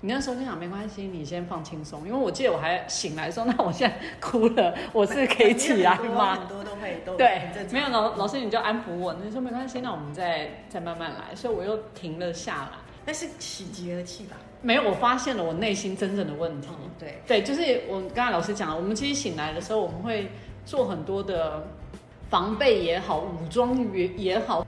你那时候就想没关系，你先放轻松，因为我记得我还醒来说，那我现在哭了，我是可以起来吗？很多都会都对很正，常没有老老师你就安抚我，你说没关系，那我们再再慢慢来，所以我又停了下来。但是喜极而泣吧。没有，我发现了我内心真正的问题。嗯，对，对，就是我刚才老师讲了，我们其实醒来的时候，我们会做很多的防备也好，武装也也好。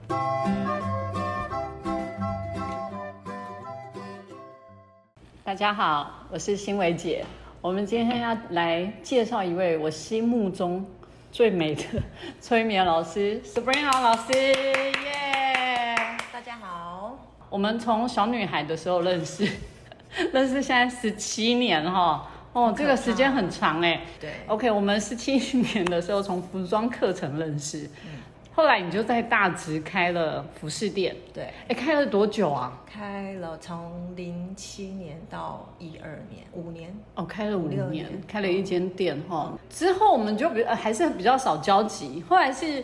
大家好，我是欣伟姐，我们今天要来介绍一位我心目中最美的 催眠老师 Sabrina 老师，耶、大家好，我们从小女孩的时候认识， 认识现在十七年哈，哦，这个时间很长哎。对， OK，我们十七年的时候从服装课程认识，后来你就在大直开了服饰店，对，哎，开了多久啊？开了从零七年到一二年，五年，哦，开了五五六年，年开了一间店哈。之后我们就比、呃还是比较少交集，后来是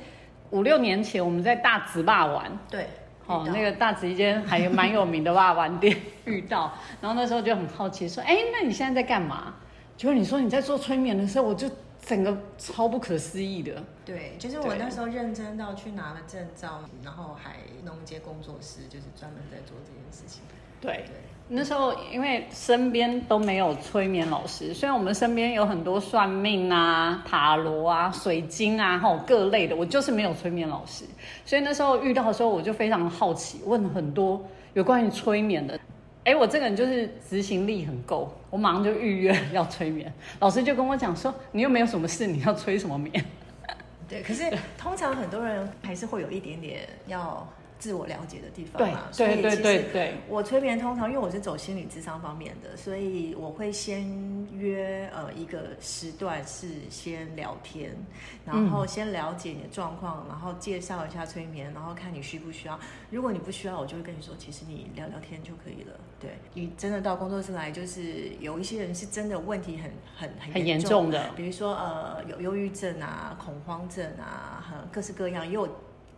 五六年前我们在大直霸玩，对，哦遇，到那个大直一间还蛮有名的吧，玩店 遇到，然后那时候就很好奇说，哎，那你现在在干嘛？结果你说你在做催眠的时候，我就整个超不可思议的。对，就是我那时候认真到去拿了证照，然后还弄一些工作室，就是专门在做这件事情。对，对，那时候因为身边都没有催眠老师，虽然我们身边有很多算命啊、塔罗啊、水晶啊，吼各类的，我就是没有催眠老师，所以那时候遇到的时候，我就非常好奇，问了很多有关于催眠的。哎，我这个人就是执行力很够，我马上就预约要催眠，老师就跟我讲说，你又没有什么事，你要催什么眠？对，可是通常很多人还是会有一点点要自我了解的地方对嘛，所对以对其对实对，我催眠通常因为我是走心理智商方面的，所以我会先约呃一个时段是先聊天，然嗯后先了解你的状况，然后介绍一下催眠，然后看你需不需要。如果你不需要，我就会跟你说，其实你聊聊天就可以了。对你真的到工作室来，就是有一些人是真的问题很很很很严严重的比如说呃有忧郁症啊、恐慌症啊，呃各式各样，也有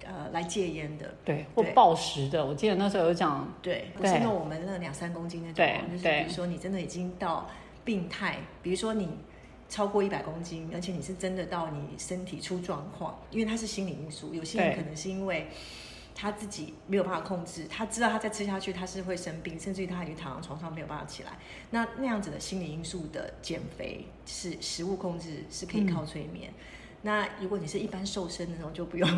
呃来戒烟的。对，或对暴食的，我记得那时候有讲，对，不对是那种我们那两三公斤那种对哦，就是对比如说你真的已经到病态，比如说你超过一百公斤，而且你是真的到你身体出状况，因为它是心理因素，有些人对可能是因为。他自己没有办法控制，他知道他再吃下去他是会生病，甚至于他已经躺在床上没有办法起来。那那样子的心理因素的减肥是食物控制是嗯可以靠催眠。那如果你是一般瘦身的那种就不用。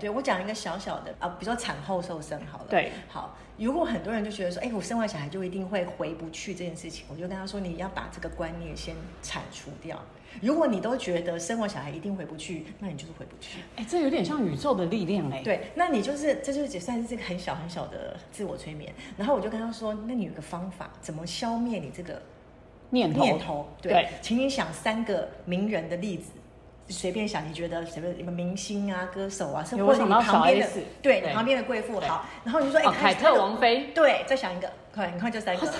对我讲一个小小的啊，比如说产后瘦身好了。对，好，如果很多人就觉得说，哎、我生完小孩就一定会回不去这件事情，我就跟他说，你要把这个观念先铲除掉。如果你都觉得生完小孩一定回不去，那你就是回不去。哎，这有点像宇宙的力量哎。对，那你就是这就是也算是这个很小很小的自我催眠。然后我就跟他说，那你有个方法，怎么消灭你这个念头，哦念头？对，对请你想三个名人的例子。随便想，你觉得随便什么明星啊、歌手啊，甚有或我者想你到旁小边的 S，对对旁边的贵妇对好，然后你就说哎、哦，他凯那特个王妃，对，再想一个，快，很快就三个。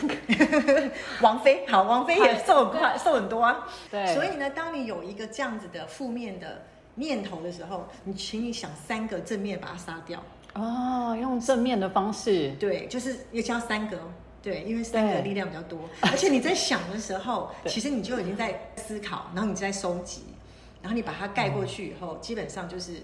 王菲，好，王菲也瘦很快，瘦很多啊。对所以呢，当你有一个这样子的负面的念头的时候，你请你想三个正面把它杀掉。哦，用正面的方式，对，就是也加三个哦。对，因为三个对力量比较多，而且你在想的时候， 对其实你就已经在思考，然后你在收集，然后你把它盖过去以后，基本上就是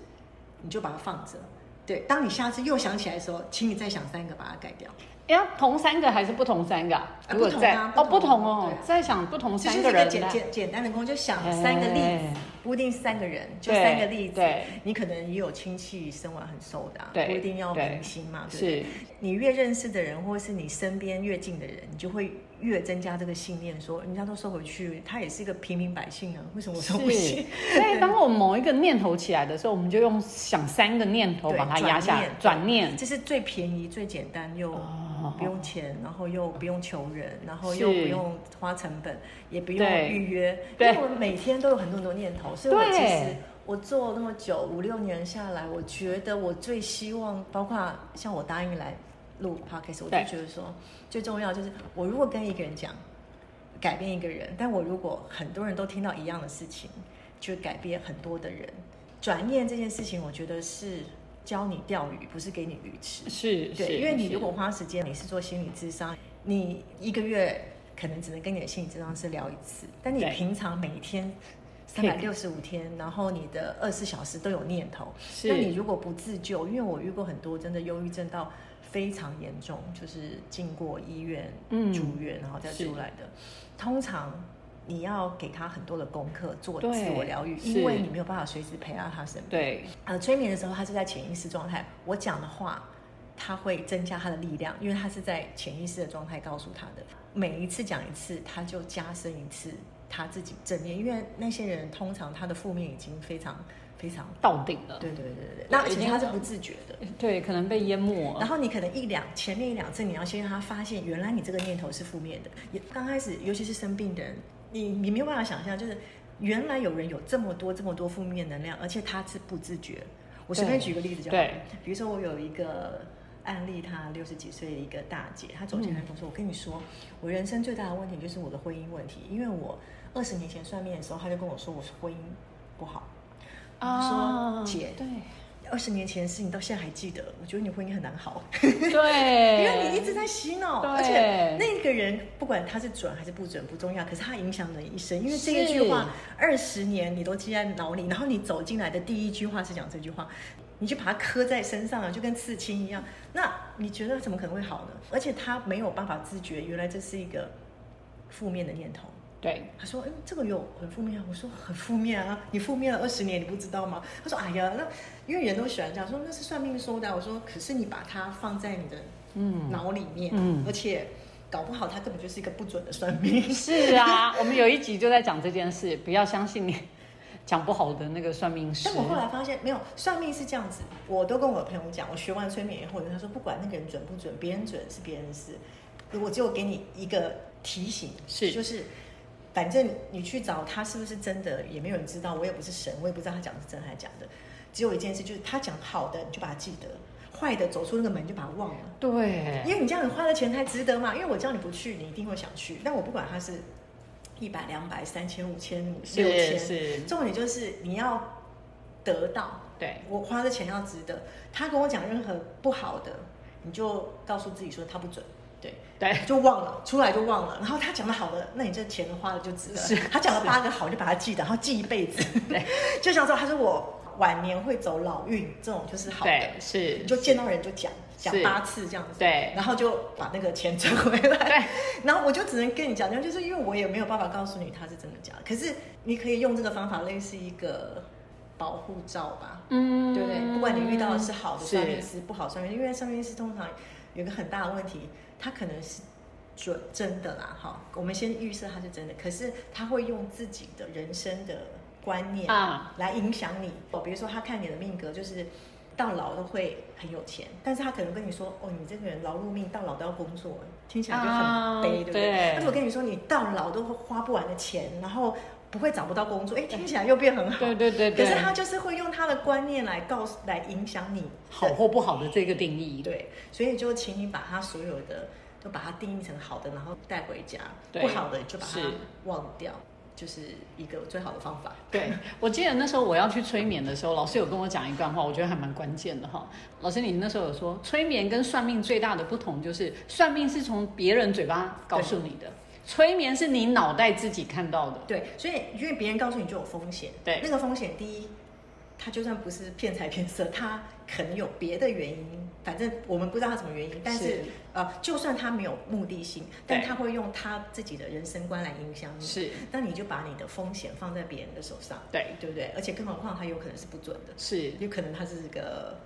你就把它放着。对，当你下次又想起来的时候，请你再想三个把它盖掉。要哎同三个还是不同三个、啊？啊如果不同啊在哦，不不同同哦对啊，在想不同这三是个一个人啊简的简简单的工作，就想三个例子哎，不一定三个人，就对三个例子对。你可能也有亲戚生完很瘦的啊、对不一定要对明星嘛。对不对是你越认识的人，或是你身边越近的人，你就会越增加这个信念，说人家都瘦回去，他也是一个平民百姓啊，为什么我是，瘦不起？所以当我某一个念头起来的时候，我们就用想三个念头对把它压下来，转转念。这是最便宜、最简单又哦不用钱，然后又不用求人，然后是又不用花成本，也不用对预约。因对为我每天都有很多很多念头，所以我对其实我做那么久五六年下来，我觉得我最希望，包括像我答应来录 podcast，我就对觉得说最重要就是我如果跟一个人讲改变一个人，但我如果很多人都听到一样的事情，就改变很多的人。转念这件事情，我觉得是教你钓鱼，不是给你鱼吃。是，对，是因为你是如果花时间，你是做心理智商，你一个月可能只能跟你的心理咨商师聊一次，但你对平常每天可三以百六十五天，然后你的二十四小时都有念头，是那你如果不自救，因为我遇过很多真的忧郁症到非常严重，就是进过医院、嗯住院，然后再出来的，通常。你要给他很多的功课做对自我疗愈，是因为你没有办法随时陪到他身边。对，呃，催眠的时候，他是在潜意识状态，我讲的话，他会增加他的力量，因为他是在潜意识的状态告诉他的。每一次讲一次，他就加深一次他自己正面，因为那些人通常他的负面已经非常非常，到顶了，对对对对，已那而且经他是了不自觉的。对，可能被淹没然了，后你可能一两前面一两次，你要先让他发现，原来你这个念头是负面的。也刚开始，尤其是生病的人，你你没有办法想象，就是原来有人有这么多这么多负面能量，而且他是不自觉。我随便对举个例子就好了，对，比如说我有一个案例，她六十几岁的一个大姐，她走进来跟我说：“我跟你说，我人生最大的问题就是我的婚姻问题，因为我二十年前算命的时候，她就跟我说我是婚姻不好。”说姐，啊对二十年前的事情到现在还记得，我觉得你婚姻很难好。对， 因为你一直在洗脑，对而且那个人不管他是准还是不准不重要，可是他影响了你一生。因为这一句话二十年你都记在脑里，然后你走进来的第一句话是讲这句话，你就把它刻在身上了，就跟刺青一样。那你觉得怎么可能会好呢？而且他没有办法自觉，原来这是一个负面的念头。对他说：“嗯，这个有很负面啊。”我说：“很负面啊，你负面了二十年，你不知道吗？”他说：“哎呀，那因为人都喜欢这样说，那是算命说的啊。”我说：“可是你把它放在你的嗯脑里面，嗯而且搞不好它根本就是一个不准的算命。是啊，我们有一集就在讲这件事，不要相信你 讲不好的那个算命师但。我后来发现，没有算命是这样子，我都跟我朋友讲，我学完催眠以后，他说不管那个人准不准，别人准是别人的事，我只有给你一个提醒，是就是。反正你去找他是不是真的，也没有人知道，我也不是神，我也不知道他讲的是真还是假的。只有一件事，就是他讲好的你就把它记得，坏的走出那个门就把它忘了。因对，为你这样你花的钱才值得嘛。因为我叫你不去，你一定会想去。但我不管它是一百、两百、三千、五千、是六千，是，重点就是你要得到。对我花的钱要值得。他跟我讲任何不好的，你就告诉自己说他不准，对，对就忘了，出来就忘了。然后他讲的好的，那你这钱花了就值得。是他讲了八个好，你就把它记得，然后记一辈子。 对，就像说他说我晚年会走老运，这种就是好的对。是你，就见到人就讲讲是八次这样子，对然后就把那个钱赚回来。对， 然后我就只能跟你讲，就是因为我也没有办法告诉你他是真的假的，可是你可以用这个方法，类似一个保护罩吧，嗯对不对？不管你遇到的是好的是算命师，不好的算命师，因为算命师通常有一个很大的问题，他可能是。准真的啦，哈，我们先预设他是真的，可是他会用自己的人生的观念啊，来影响你。哦，比如说他看你的命格，就是到老都会很有钱，但是他可能跟你说，哦，你这个人劳碌命，到老都要工作，听起来就啊很悲，对不对对？但是我跟你说，你到老都花不完的钱，然后不会找不到工作，哎，听起来又变很好。对对对对，可是他就是会用他的观念来告诉、来影响你。好或不好的这个定义，对，所以就请你把他所有的都把它定义成好的，然后带回家；对不好的就把它是忘掉，就是一个最好的方法。对，我记得那时候我要去催眠的时候，老师有跟我讲一段话，我觉得还蛮关键的哈。老师，你那时候有说，催眠跟算命最大的不同就是，算命是从别人嘴巴告诉你的，催眠是你脑袋自己看到的。对，所以因为别人告诉你就有风险，对那个风险第一，他就算不是骗财骗色，他可能有别的原因，反正我们不知道他什么原因，但是是呃，就算他没有目的性，但对他会用他自己的人生观来影响你，是，那你就把你的风险放在别人的手上，对，对不对？而且更何况他有可能是不准的，是，有可能他是个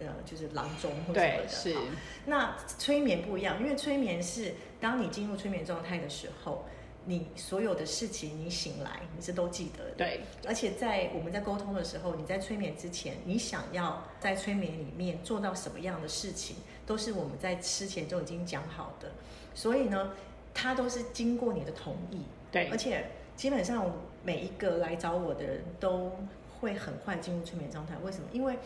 呃，就是郎中或什么对的，，啊是好，那催眠不一样，因为催眠是当你进入催眠状态的时候，你所有的事情你醒来你是都记得的。对，而且在我们在沟通的时候，你在催眠之前，你想要在催眠里面做到什么样的事情，都是我们在之前就已经讲好的。所以呢，它都是经过你的同意，对而，且基本上每一个来找我的人都会很快进入催眠状态。为什么？因为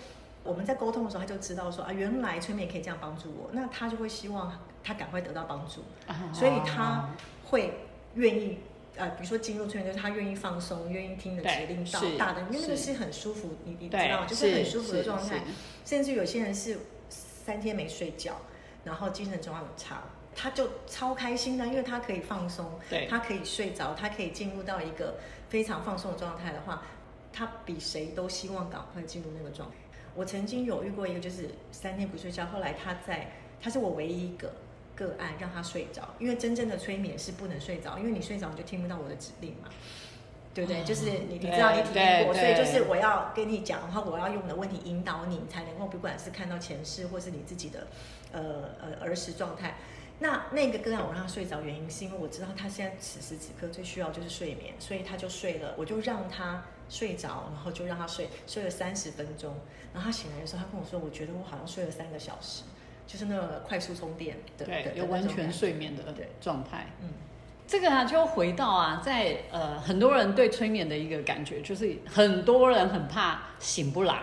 我们在沟通的时候，他就知道说啊，原来催眠可以这样帮助我，那他就会希望他赶快得到帮助，啊所以他会愿意。呃，比如说进入催眠，就是他愿意放松，愿意听的指令到对是大的，因为那是个是很舒服，你你知对道吗，就是很舒服的是状态是。甚至有些人是三天没睡觉，然后精神状况很差，他就超开心啊的，因为他可以放松，对他可以睡着，他可以进入到一个非常放松的状态的话，他比谁都希望赶快进入那个状态。我曾经有遇过一个，就是三天不睡觉，后来他在，他是我唯一一个个案让他睡着，因为真正的催眠是不能睡着，因为你睡着你就听不到我的指令嘛。对不对？就是你，你知道你体验过，所哦对以对就是我要跟你讲，然后我要用的问题引导你，你才能够不管是看到前世或是你自己的呃呃儿时状态。那那个个案我让他睡着，原因是因为我知道他现在此时此刻最需要就是睡眠，所以他就睡了，我就让他睡着，然后就让他睡，睡了三十分钟，然后他醒来的时候，他跟我说，我觉得我好像睡了三个小时，就是那个快速充电的，的对，的有那完种全感觉睡眠的对状态。嗯，这个啊，就回到啊，在呃，很多人对催眠的一个感觉，就是很多人很怕醒不来，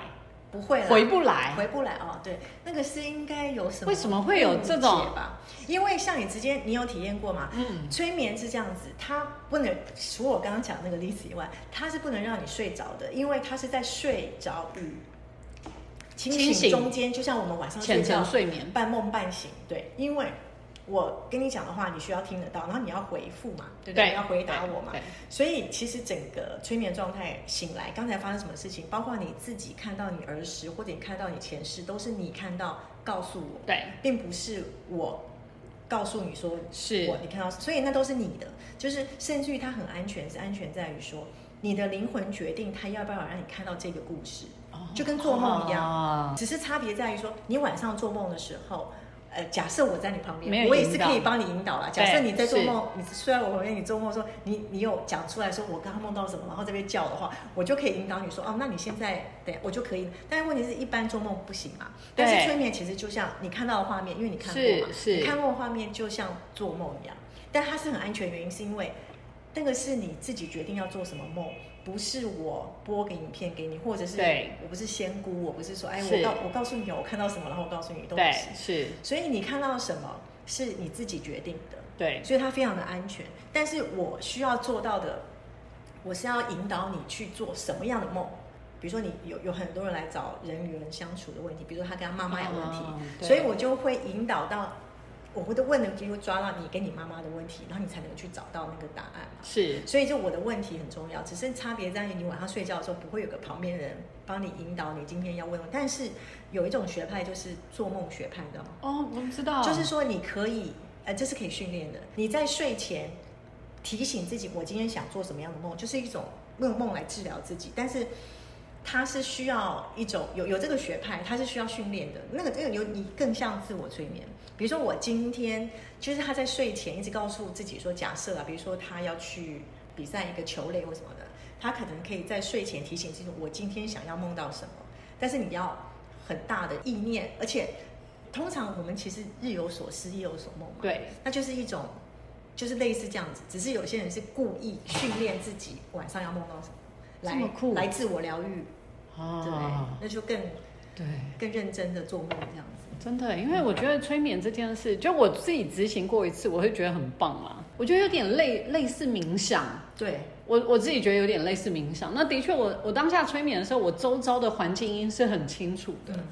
不会啦回不来。回不来哦，对，那个是应该有什么？为什么会有这种吧？因为像你之前你有体验过吗？嗯，催眠是这样子，它不能除我刚刚讲那个例子以外，它是不能让你睡着的，因为它是在睡着与清清醒醒中间，就像我们晚上睡浅觉层睡眠。半梦半醒，对，因为我跟你讲的话，你需要听得到，然后你要回复嘛，对不对？你要回答我嘛，对所以其实整个催眠状态醒来，刚才发生什么事情，包括你自己看到你儿时或者你看到你前世，都是你看到告诉我，对，并不是我告诉你说是我你看到，所以那都是你的，就是甚至于它很安全，是安全在于说你的灵魂决定它要不要让你看到这个故事，就跟做梦一样。样。只是差别在于说，你晚上做梦的时候，呃，假设我在你旁没边，有我也是引导可以帮你引导啦。假设对你在做是梦，你虽然我旁边你做梦说你你有讲出来说我刚刚梦到什么，然后这边叫的话，我就可以引导你说哦，那你现在等我就可以。但是问题是一般做梦不行嘛。但对是催眠其实就像你看到的画面，因为你看过是嘛，是你看过的画面就像做梦一样，但它是很安全，原因是因为那个是你自己决定要做什么梦。不是我播个影片给你，或者是对我不是仙姑，我不是说哎，是我告我告诉你，我看到什么，然后我告诉你都不对是。，是，所以你看到什么是你自己决定的，对，所以它非常的安全。但是我需要做到的，我是要引导你去做什么样的梦。比如说，你有有很多人来找人与人相处的问题，比如说他跟他妈妈有问题，哦对所以我就会引导到，我会的问的题会抓到你跟你妈妈的问题，然后你才能去找到那个答案嘛。是，所以就我的问题很重要，只是差别在于你晚上睡觉的时候不会有个旁边人帮你引导你今天要问问。但是有一种学派就是做梦学派，你知道吗？哦，我们知道，就是说你可以，呃，这是可以训练的。你在睡前提醒自己，我今天想做什么样的梦，就是一种用梦来治疗自己。但是它是需要一种有有这个学派，它是需要训练的。那个那个有你更像自我催眠。比如说我今天就是他在睡前一直告诉自己说，假设啊，比如说他要去比赛一个球类或什么的，他可能可以在睡前提醒自己，我今天想要梦到什么。但是你要很大的意念，而且通常我们其实日有所思，夜有所梦嘛。对，那就是一种，就是类似这样子，只是有些人是故意训练自己晚上要梦到什么，来这么酷来自我疗愈，对，啊，那就更对。更认真的做梦这样子。真的，因为我觉得催眠这件事，就我自己执行过一次，我会觉得很棒啦。我觉得有点类类似冥想，对，我我自己觉得有点类似冥想。那的确我，我当下催眠的时候，我周遭的环境音是很清楚的。嗯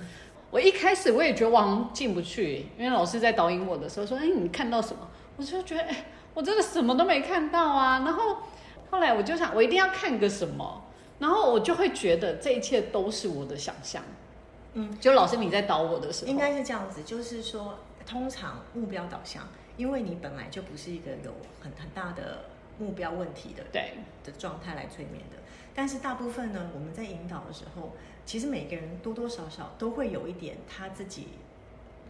我一开始我也觉得我好像进不去，因为老师在导引我的时候说：“哎，你看到什么？”我就觉得，哎，我真的什么都没看到啊。然后后来我就想，我一定要看个什么，然后我就会觉得这一切都是我的想象。嗯，就老师你在导我的时候，应该是这样子，就是说，通常目标导向，因为你本来就不是一个有很很大的目标问题的人。对的状态来催眠的。但是大部分呢，我们在引导的时候，其实每个人多多少少都会有一点他自己，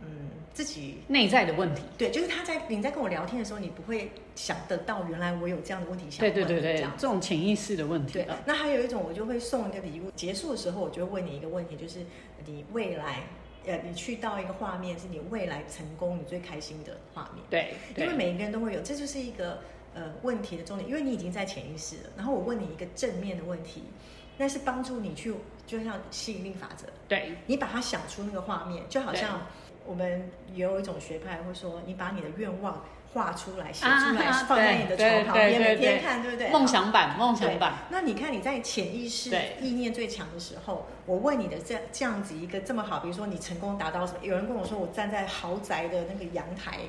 嗯，自己内在的问题。对，就是他在你在跟我聊天的时候，你不会想得到原来我有这样的问题想对问对对这对样，这种潜意识的问题对啊。，那还有一种，我就会送一个礼物。结束的时候，我就会问你一个问题，就是你未来，呃，你去到一个画面，是你未来成功你最开心的画面。对，对因为每一个人都会有，这就是一个呃问题的重点，因为你已经在潜意识了。然后我问你一个正面的问题，那是帮助你去，就像吸引力法则，对你把它想出那个画面，就好像我们也有一种学派会说，你把你的愿望画出来、写出来，啊放在你的床旁对对边，对每对天看，对不对？梦想版，梦对想版，那你看你在潜意识对意念最强的时候，我问你的这这样子一个这么好，比如说你成功达到什么？有人跟我说，我站在豪宅的那个阳台。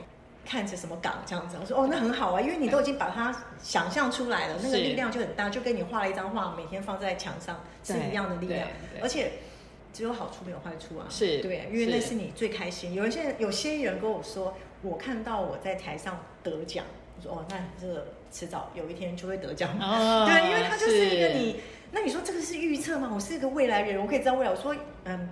看着什么港这样子。我说哦，那很好啊，因为你都已经把它想象出来了，那个是力量就很大，就跟你画了一张画，每天放在墙上是对一样的力量对，对而且。只有好处没有坏处啊，是对，因为那是是你最开心。有一些人有些人跟我说，我看到我在台上得奖，我说哦，那这个迟早有一天就会得奖，哦 对，因为它就是一个你，那你说这个是预测吗？我是一个未来人，我可以知道未来。我说，嗯，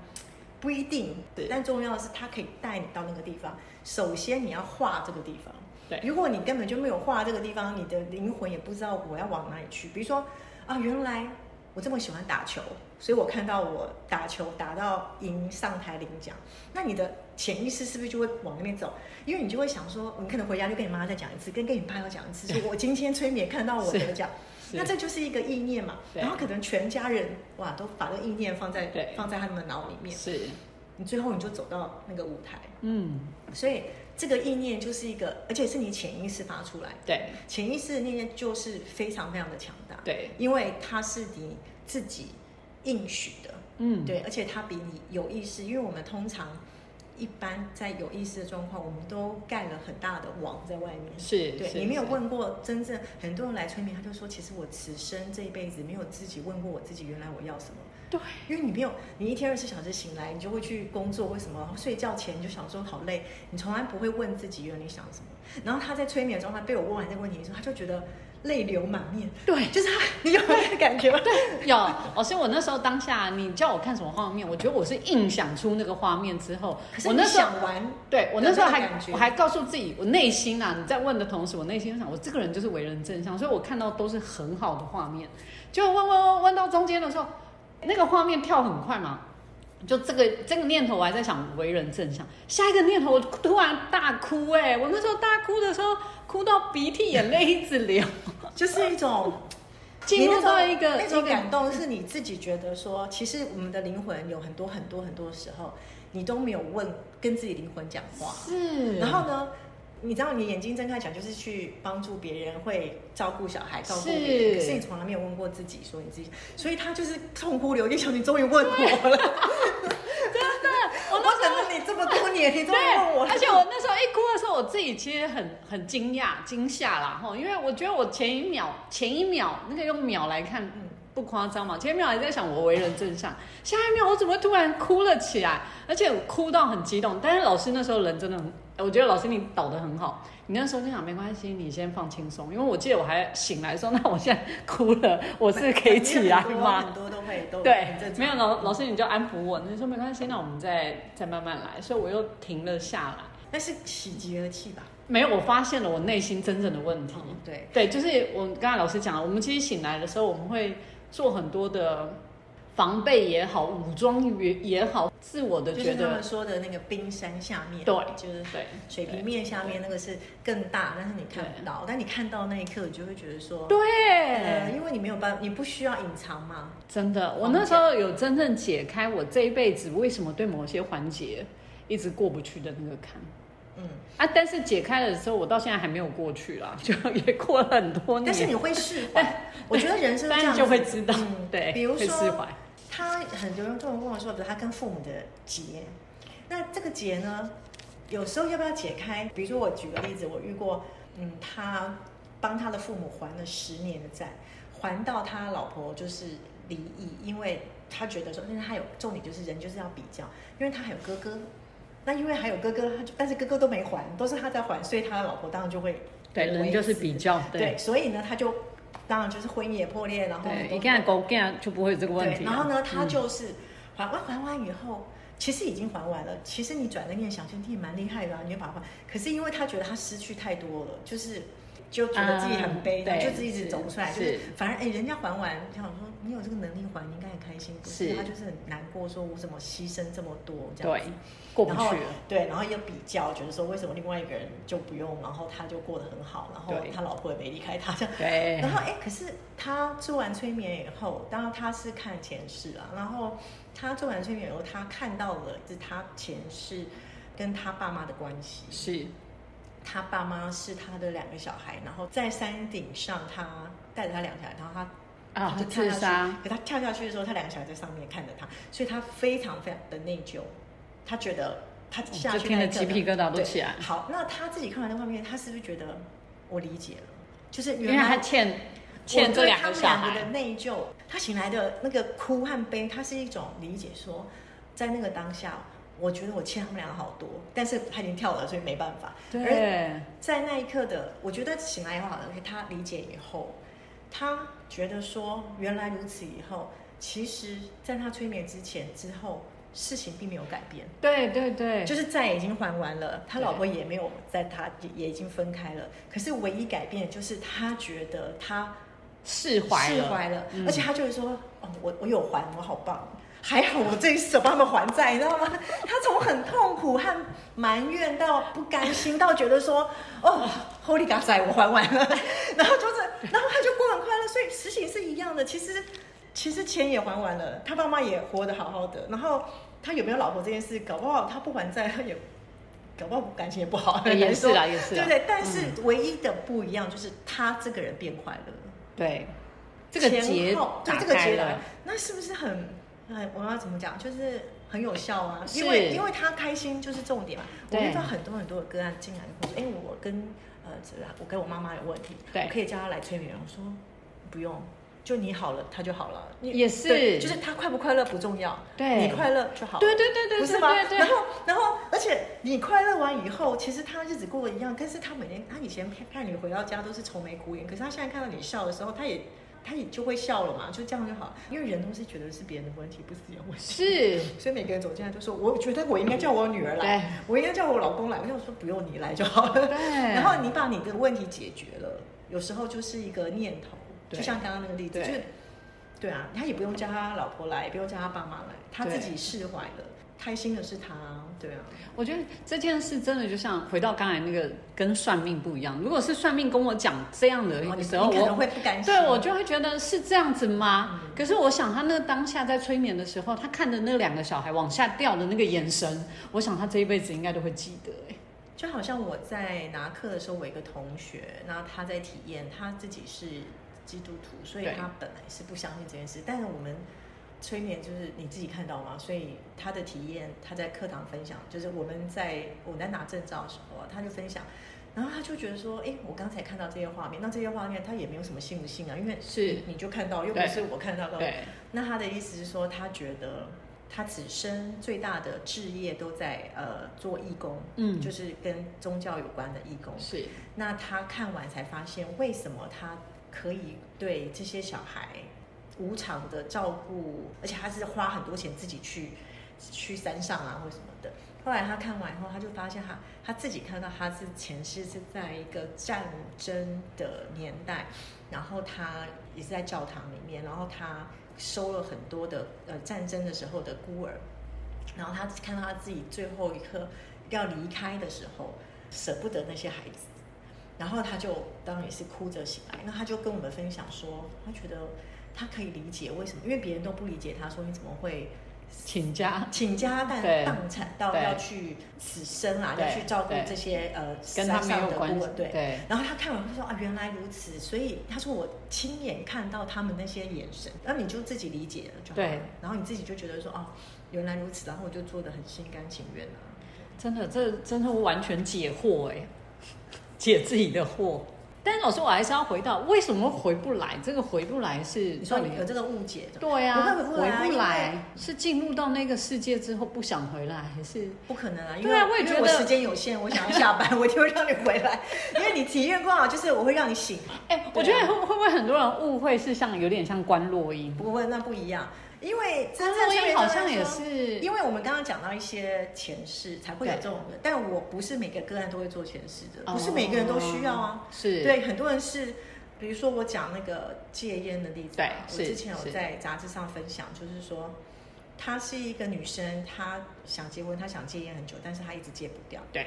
不一定对，但重要的是它可以带你到那个地方。首先你要画这个地方，对如果你根本就没有画这个地方，你的灵魂也不知道我要往哪里去。比如说啊，原来我这么喜欢打球，所以我看到我打球打到赢上台领奖，那你的潜意识是不是就会往那边走？因为你就会想说，你可能回家就跟你妈再讲一次，跟跟你爸要讲一次，说我今天催眠看到我是得奖。是那这就是一个意念嘛，对然后可能全家人哇都把这个意念放在对放在他们的脑里面，是，你最后你就走到那个舞台，嗯，所以这个意念就是一个，而且是你潜意识发出来，对潜意识的念念就是非常非常的强大，，对，因为它是你自己应许的，嗯，对，而且它比你有意识，因为我们通常一般在有意识的状况，我们都盖了很大的网在外面，是，对是你没有是问过真正很多人来催眠，他就说，其实我此生这一辈子没有自己问过我自己原来我要什么。对，因为你没有，你一天二十四小时醒来，你就会去工作，为什么？然后睡觉前你就想说好累，你从来不会问自己原来你想什么。然后他在催眠中，他被我问完这个问题的时候，他就觉得泪流满面。对就是他，你有那个感觉吗？有 老师，我那时候当下你叫我看什么画面，我觉得我是硬想出那个画面之后可，是我你那时候想完，对我那时候有还没有感觉我还告诉自己，我内心啊，你在问的同时，我内心想，我这个人就是为人正向，所以我看到都是很好的画面。就问问问问到中间的时候，那个画面跳很快嘛，就这个这个念头，我还在想为人正向。下一个念头，我突然大哭、欸，哎，我那时候大哭的时候，哭到鼻涕眼泪一直流，就是一种进入到一你个那种那种一个感动，是你自己觉得说，其实我们的灵魂有很多很多很多时候，你都没有问跟自己灵魂讲话。是，然后呢，你知道你眼睛睁开讲就是去帮助别人，会照顾小孩，照顾别是人，可是你从来没有问过自己，说你自己，所以他就是痛哭流涕，想你终于问我 了。我 我那时候。等了你这么多年，你终于问我对，了。而且 我那时候一哭的时候，我自己其实很很惊讶、惊吓啦，吼，因为我觉得我前一秒、前一秒那个用秒来看嗯，不夸张嘛，前一秒还在想我为人正向，下一秒我怎么突然哭了起来，而且我哭到很激动。但是老师那时候人真的很，我觉得老师你导的很好，你那时候就想没关系，你先放轻松，因为我记得我还醒来说，那我现在哭了，我是可以起来很多吗？很多都会都对很正，常没有老老师你就安抚我，你说没关系，那我们再再慢慢来，所以我又停了下来。那是喜极而泣吧？没有，我发现了我内心真正的问题。嗯，对。对，就是我刚才老师讲了，我们其实醒来的时候，我们会做很多的防备也好，武装也也好，自我的就觉是他得们，说的那个冰山下面，对就是对水平面下面那个是更大，但是你看不到。但你看到那一刻，你就会觉得说，呃，对，因为你没有办法，你不需要隐藏嘛。真的，我那时候有真正解开我这一辈子为什么对某些环节一直过不去的那个坎。嗯，啊！但是解开了之后，我到现在还没有过去啦， 就也过了很多年。但是你会释 怀，我觉得人生但这样是子就会知道，嗯对，比如会释怀说，他很多人跟我跟我说，比如他跟父母的结，那这个结呢，有时候要不要解开？比如说我举个例子，我遇过，嗯，他帮他的父母还了十年的债，还到他老婆就是离异，因为他觉得说，但是他有重点就是人就是要比较，因为他还有哥哥。那因为还有哥哥，他就但是哥哥都没还，都是他在还，所以他的老婆当然就会对，人就是比较，对，所以呢，他就当然就是婚姻也破裂，然后对，都一干狗干就不会有这个问题啊嗯对，了。然后呢，他就是还完还完以后，其实已经还完了。其实你转个念想，就你也蛮厉害的、啊，你就把它还。可是因为他觉得他失去太多了，就是就觉得自己很悲，嗯然后对就是一直走不出来。是就是反而哎，人家还完，你想说你有这个能力还，你应该很开心。可是他就是很难过，说我怎么牺牲这么多这样对子。过不去然后了，对，然后又比较，觉得说为什么另外一个人就不用，然后他就过得很好，然后对他老婆也没离开他这样。对然，后哎，可是他做完催眠以后，当然他是看前世啊，然后他做完催眠以后，他看到了就是他前世跟他爸妈的关系，是他爸妈是他的两个小孩，然后在山顶上他带着他两个小孩，然后他。啊，就跳自下去杀，可他跳下去的时候，他两个小孩在上面看着他，所以他非常非常的内疚，他觉得他哦下就去听那得一刻鸡皮疙瘩都对起来好，那他自己看完那画面，他是不是觉得我理解了？就是因原为来他欠欠这两个个小他们两孩个的，内疚，他醒来的那个哭和悲，他是一种理解说，在那个当下，我觉得我欠他们两个好多，但是他已经跳了，所以没办法。而对，在那一刻的，我觉得醒来以后，好像是他理解以后，他觉得说原来如此以后，其实在他催眠之前之后，事情并没有改变。对对对，就是债已经还完了，他对老婆也没有在他，也也已经分开了。可是唯一改变的就是他觉得他释怀释了，怀了，嗯而且他就是说，哦，我我有还，我好棒，还好我这一手帮他们还债，你知道吗？ 他从很痛苦和埋怨到不甘心，到觉得说，哦，Holy God 仔，我还完了， 然后就是，然后他就过很快乐，所以实情是一样的，其实其实钱也还完了，他爸妈也活得好好的，然后他有没有老婆这件事，搞不好他不还债，他也。搞不好感情也不好，对很难也是说啦也是对啦嗯不对？但是唯一的不一样就是他这个人变快乐了。对，这个结前后对打这个开结了来，，那是不是很很我要怎么讲？就是很有效啊，是因为因为他开心就是重点嘛。我对遇到很多很多的个案进来跟我说，哎、我跟呃，这个我跟我妈妈有问题，对我可以叫她来催眠。我说不用，就你好了，她就好了。你也是对就是她快不快乐不重要，对你快乐就好了。对对对对不是对吗？对对然后，然后，而且你快乐完以后，其实他日子过得一样，但是他每天，他以前看看你回到家都是愁眉苦脸，可是他现在看到你笑的时候，他也他也就会笑了嘛，就这样就好。因为人都是觉得是别人的问题，不是自己的问题，是所以每个人走进来就说，我觉得我应该叫我女儿来对，我应该叫我老公来，我想说不用你来就 好了。对然后你把你的问题解决了，有时候就是一个念头，对就像刚刚那个例子，对就是对啊，他也不用叫他老婆来，也不用叫他爸妈来，他对自己释怀了，开心的是他，对啊，我觉得这件事真的就像回到刚才那个跟算命不一样。如果是算命跟我讲这样的哦你时候，你可能我会嗯不甘心，对我就会觉得是这样子吗？可是我想他那当下在催眠的时候，他看着那两个小孩往下掉的那个眼神，我想他这一辈子应该都会记得、欸。就好像我在拿课的时候，我有一个同学，那他在体验，他自己是基督徒，所以对他本来是不相信这件事，但是我们。催眠就是你自己看到嘛，所以他的体验，他在课堂分享，就是我们在我在拿证照的时候啊，他就分享，然后他就觉得说，哎，我刚才看到这些画面，那这些画面他也没有什么信不信啊，因为是你就看到，又不对是我看到的，对，那他的意思是说，他觉得他此生最大的志业都在呃做义工，嗯就是跟宗教有关的义工。是那他看完才发现，为什么他可以对这些小孩无偿的照顾，而且他是花很多钱自己去去山上啊或什么的。后来他看完以后，他就发现他他自己看到他是前世是在一个战争的年代，然后他也是在教堂里面，然后他收了很多的呃战争的时候的孤儿，然后他看到他自己最后一刻要离开的时候，舍不得那些孩子，然后他就当然也是哭着醒来。那他就跟我们分享说，他觉得他可以理解为什么，因为别人都不理解他，说你怎么会请假倾家荡对荡产到对要去此生啊，对要去照顾对这些呃跟山他没上有的关孤系儿，，对。然后他看完，他说啊，原来如此，所以他说我亲眼看到他们那些眼神，那你就自己理解了就好对了。然后你自己就觉得说哦，原来如此，然后我就做的很心甘情愿啊。真的，这真的完全解惑哎、解自己的惑。但老师，我还是要回到为什么回不来？这个回不来是你说到底你有这个误解的，对啊，不会回不来啊回不因为来是进入到那个世界之后不想回来，还是不可能啊，因为对啊我也因为觉我得时间有限，我想要下班，我 一定会让你回来，因为你体验过啊，就是我会让你醒嘛。哎、我觉对得啊会会不会很多人误会是像有点像关落音？不过那不一样，因为关真正落催音眠好专家像也说是因为我们刚刚讲到一些前世才会有对这种的，但我不是每个个案都会做前世的，哦不是每个人都需要啊。是对，很多人是，比如说我讲那个戒烟的例子嘛，对我是之前是有在杂志上分享，就是说她是一个女生，她想结婚，她想戒烟很久，但是她一直戒不掉。对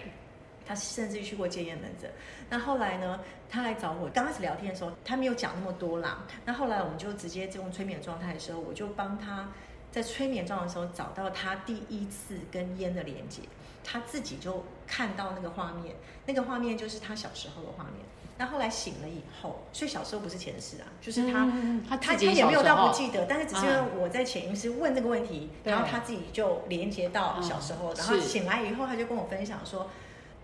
他甚至去过戒烟门诊。那后来呢，他来找我，刚开始聊天的时候，他没有讲那么多啦。那后来我们就直接用催眠状态的时候，我就帮他在催眠状态的时候找到他第一次跟烟的连接，他自己就看到那个画面，那个画面就是他小时候的画面。那后来醒了以后，所以小时候不是前世啊，就是他、嗯他自他己也没小有时到候嗯不记得，但是只是因为我在潜意识问这个问题，对然后他自己就连接到小时候，嗯然后是醒来以后他就跟我分享说。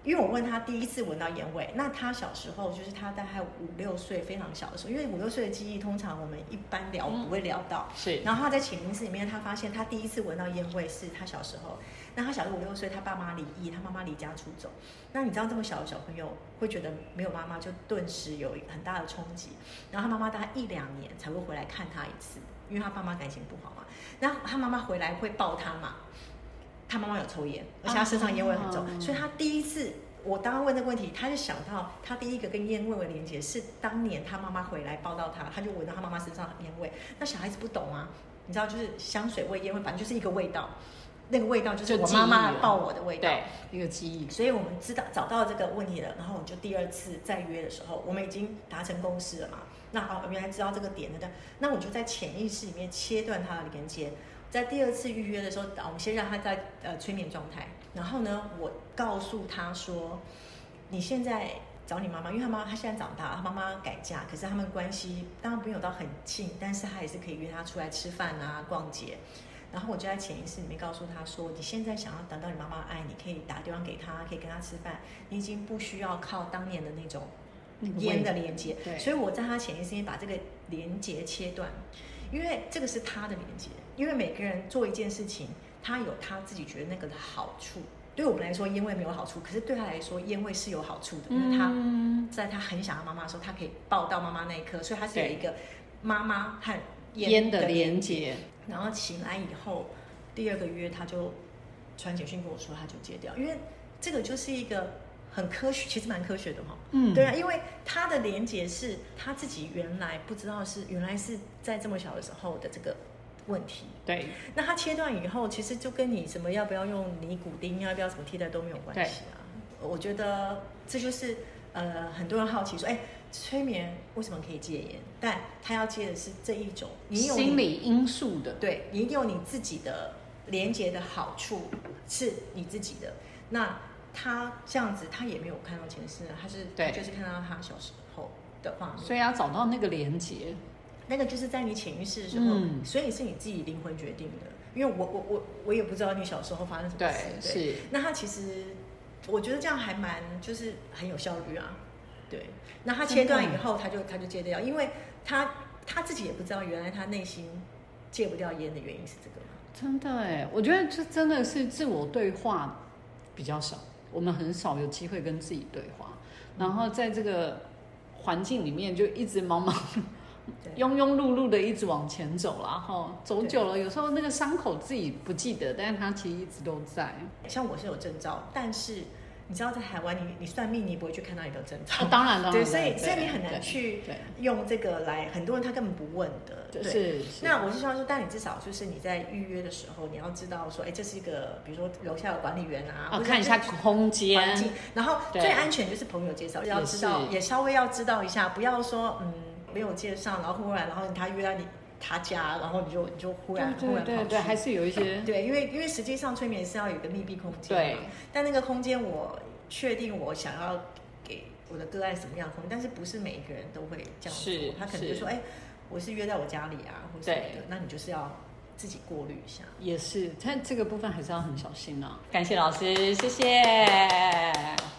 因为我问他第一次闻到烟味，那他小时候就是他大概五六岁非常小的时候，因为五六岁的记忆通常我们一般聊嗯不会聊到，是然后他在潜意识里面，他发现他第一次闻到烟味是他小时候。那他小时候五六岁，他爸妈离异，他妈妈离家出走。那你知道这么小的小朋友会觉得没有妈妈，就顿时有很大的冲击。然后他妈妈大概一两年才会回来看他一次，因为他爸妈感情不好嘛。那他妈妈回来会抱他嘛？他妈妈有抽烟，而且他身上烟味很重，啊所以他第一次。我当他问这个问题，他就想到他第一个跟烟味的连接是当年他妈妈回来抱到他，他就闻到他妈妈身上的烟味。那小孩子不懂啊，你知道，就是香水味、烟味，反正就是一个味道，那个味道就是就我记忆妈妈了抱我的味道。对一个记忆，所以我们知道找到这个问题了，然后我们就第二次再约的时候，我们已经达成共识了嘛。那哦，原来知道这个点了，但那我就在潜意识里面切断它的连接。在第二次预约的时候，啊我们先让他在呃催眠状态，然后呢，我告诉他说，你现在找你妈妈，因为他妈妈她现在长大，她妈妈改嫁，可是他们关系当然没有到很近，但是她也是可以约她出来吃饭啊、逛街。然后我就在潜意识里面告诉她说，你现在想要得到你妈妈的爱，你可以打电话给她，可以跟她吃饭，你已经不需要靠当年的 那种那个味烟的连接。对所以我在她潜意识里面把这个连接切断，因为这个是她的连接，因为每个人做一件事情，他有他自己觉得那个的好处。对我们来说，烟味没有好处，可是对他来说，烟味是有好处的。那他嗯，在他很想要妈妈的时候，他可以抱到妈妈那一刻，所以他是有对一个妈妈和烟的连接。接，然后醒来以后，第二个月他就传简讯跟我说，他就戒掉，因为这个就是一个很科学，其实蛮科学的哈、嗯对啊，因为他的连接是他自己原来不知道是原来是在这么小的时候的这个问题，对那它切断以后，其实就跟你什么要不要用尼古丁，啊要不要什么替代都没有关系啊。我觉得这就是呃，很多人好奇说，哎，催眠为什么可以戒烟？但他要戒的是这一种，你有你心理因素的，对，你有你自己的连接的好处是你自己的。那他这样子，他也没有看到前世啊，他是对他就是看到他小时候的画面。所以要找到那个连接，那个就是在你潜意识的时候，嗯所以是你自己灵魂决定的。因为我我我我也不知道你小时候发生什么对事，，对。是那他其实，我觉得这样还蛮就是很有效率啊。对，那他切断以后，他就他就戒掉，因为他他自己也不知道原来他内心戒不掉烟的原因是这个嘛。真的哎，我觉得这真的是自我对话比较少，我们很少有机会跟自己对话，然后在这个环境里面就一直忙忙 对，庸庸碌碌的一直往前走啦，哈，走久了，有时候那个伤口自己不记得，但是它其实一直都在。像我是有证照，但是你知道在台湾你，你算命，你不会去看到你的证照。啊，当然，当然，对，所以对所以你很难对去对用这个来，很多人他根本不问的。对对，是是那我是希望说，但你至少就是你在预约的时候，你要知道说，哎，这是一个，比如说楼下有管理员啊，啊，或者看一下就是空环间境，，然后对最安全就是朋友介绍，要知道也是也稍微要知道一下，不要说嗯没有介绍，然后忽然然后他约到你他家，然后你就你就忽然对对忽然跑对去对，还是有一些对，因为因为实际上催眠是要有一个密闭空间，对，但那个空间我确定我想要给我的个案什么样的空间，但是不是每一个人都会这样做是，他可能就是说，哎，我是约在我家里啊，或者什么对的，那你就是要自己过滤一下。也是，但这个部分还是要很小心啊。感谢老师，谢谢。